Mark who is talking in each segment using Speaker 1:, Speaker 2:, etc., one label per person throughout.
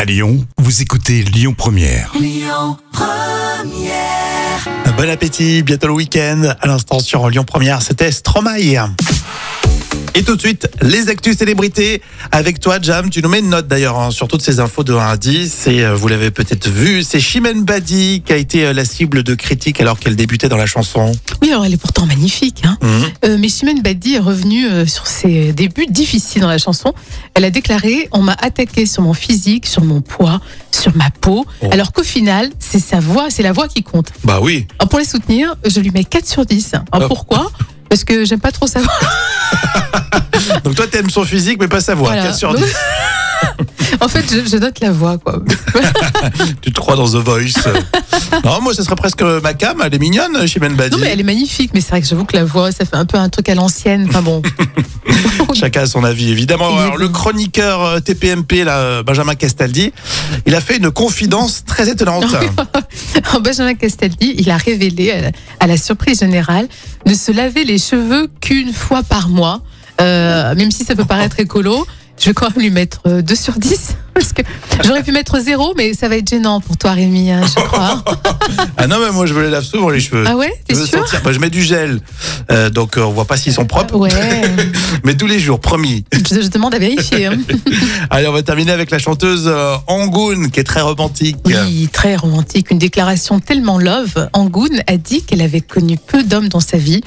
Speaker 1: À Lyon, vous écoutez Lyon Première.
Speaker 2: Bon appétit, bientôt le week-end. À l'instant sur Lyon Première, c'était Stromae. Et tout de suite, les actus célébrités. Avec toi, Jam, tu nous mets une note d'ailleurs hein, sur toutes ces infos de 1 à 10. Et euh, vous l'avez peut-être vu, c'est Chimène Badi qui a été euh, la cible de critiques alors qu'elle débutait dans la chanson.
Speaker 3: Oui, alors elle est pourtant magnifique. Hein.
Speaker 2: Mhm.
Speaker 3: Euh, mais Chimène Badi est revenue euh, sur ses débuts difficiles dans la chanson. Elle a déclaré On m'a attaqué sur mon physique, sur mon poids, sur ma peau.
Speaker 2: Oh.
Speaker 3: Alors qu'au final, c'est sa voix, c'est la voix qui compte.
Speaker 2: Bah oui.
Speaker 3: Alors, pour les soutenir, je lui mets 4 sur 10. Alors,
Speaker 2: Oh.
Speaker 3: Pourquoi Parce que j'aime pas trop sa voix.
Speaker 2: Donc toi, t'aimes son physique, mais pas sa voix.
Speaker 3: Voilà.
Speaker 2: 4 sur
Speaker 3: Donc-
Speaker 2: 10.
Speaker 3: en fait, je, je note la voix. Quoi.
Speaker 2: Tu te crois dans The Voice. non, moi, ce serait presque ma cam. Elle est mignonne, Chimène Badi.
Speaker 3: Non, mais elle est magnifique. Mais c'est vrai que j'avoue que la voix, ça fait un peu un truc à l'ancienne. Enfin bon.
Speaker 2: Chacun a son avis, évidemment. Alors, le chroniqueur euh, TPMP, là, euh, Benjamin Castaldi, il a fait une confidence très étonnante.
Speaker 3: Alors, Benjamin Castaldi, il a révélé à la- à la surprise générale de se laver les cheveux qu'une fois par mois, Euh, même si ça peut paraître écolo. Je vais quand même lui mettre euh, 2 sur 10, parce que j'aurais pu mettre 0, mais ça va être gênant pour toi, Rémi, hein, je crois.
Speaker 2: ah non, mais moi, je me les lave souvent, les cheveux.
Speaker 3: Ah ouais, t'es
Speaker 2: je, veux
Speaker 3: sûr
Speaker 2: sentir- bah, je mets du gel, Euh, donc euh, on voit pas s'ils sont propres,
Speaker 3: Ouais, Ah
Speaker 2: mais tous les jours, promis.
Speaker 3: je, je demande à vérifier. hein.
Speaker 2: Allez, on va terminer avec la chanteuse euh, Angoune, qui est très romantique.
Speaker 3: Oui, très romantique. Une déclaration tellement love. Angoun a dit qu'elle avait connu peu d'hommes dans sa vie,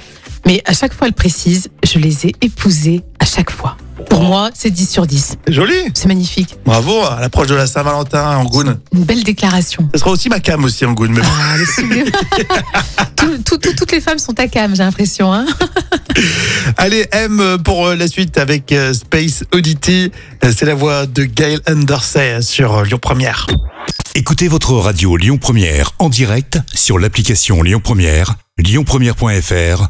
Speaker 3: mais à chaque fois, elle précise Je les ai épousés à chaque fois. Pour moi, c'est 10 sur 10.
Speaker 2: Jolie,
Speaker 3: C'est magnifique.
Speaker 2: bravo à l'approche de la Saint-Valentin, Angoune.
Speaker 3: Une belle déclaration.
Speaker 2: Ce sera aussi ma cam aussi, Angoune. Mais... bon.
Speaker 3: Ah, le sublime. Tout- tout- tout- toutes les femmes sont à cam, j'ai l'impression. hein.
Speaker 2: Allez, M pour euh, la suite avec euh, Space Oddity. Euh, C'est la voix de Gail Andersey sur euh, Lyon Première.
Speaker 1: Écoutez votre radio Lyon Première en direct sur l'application Lyon Première, lyonpremière.fr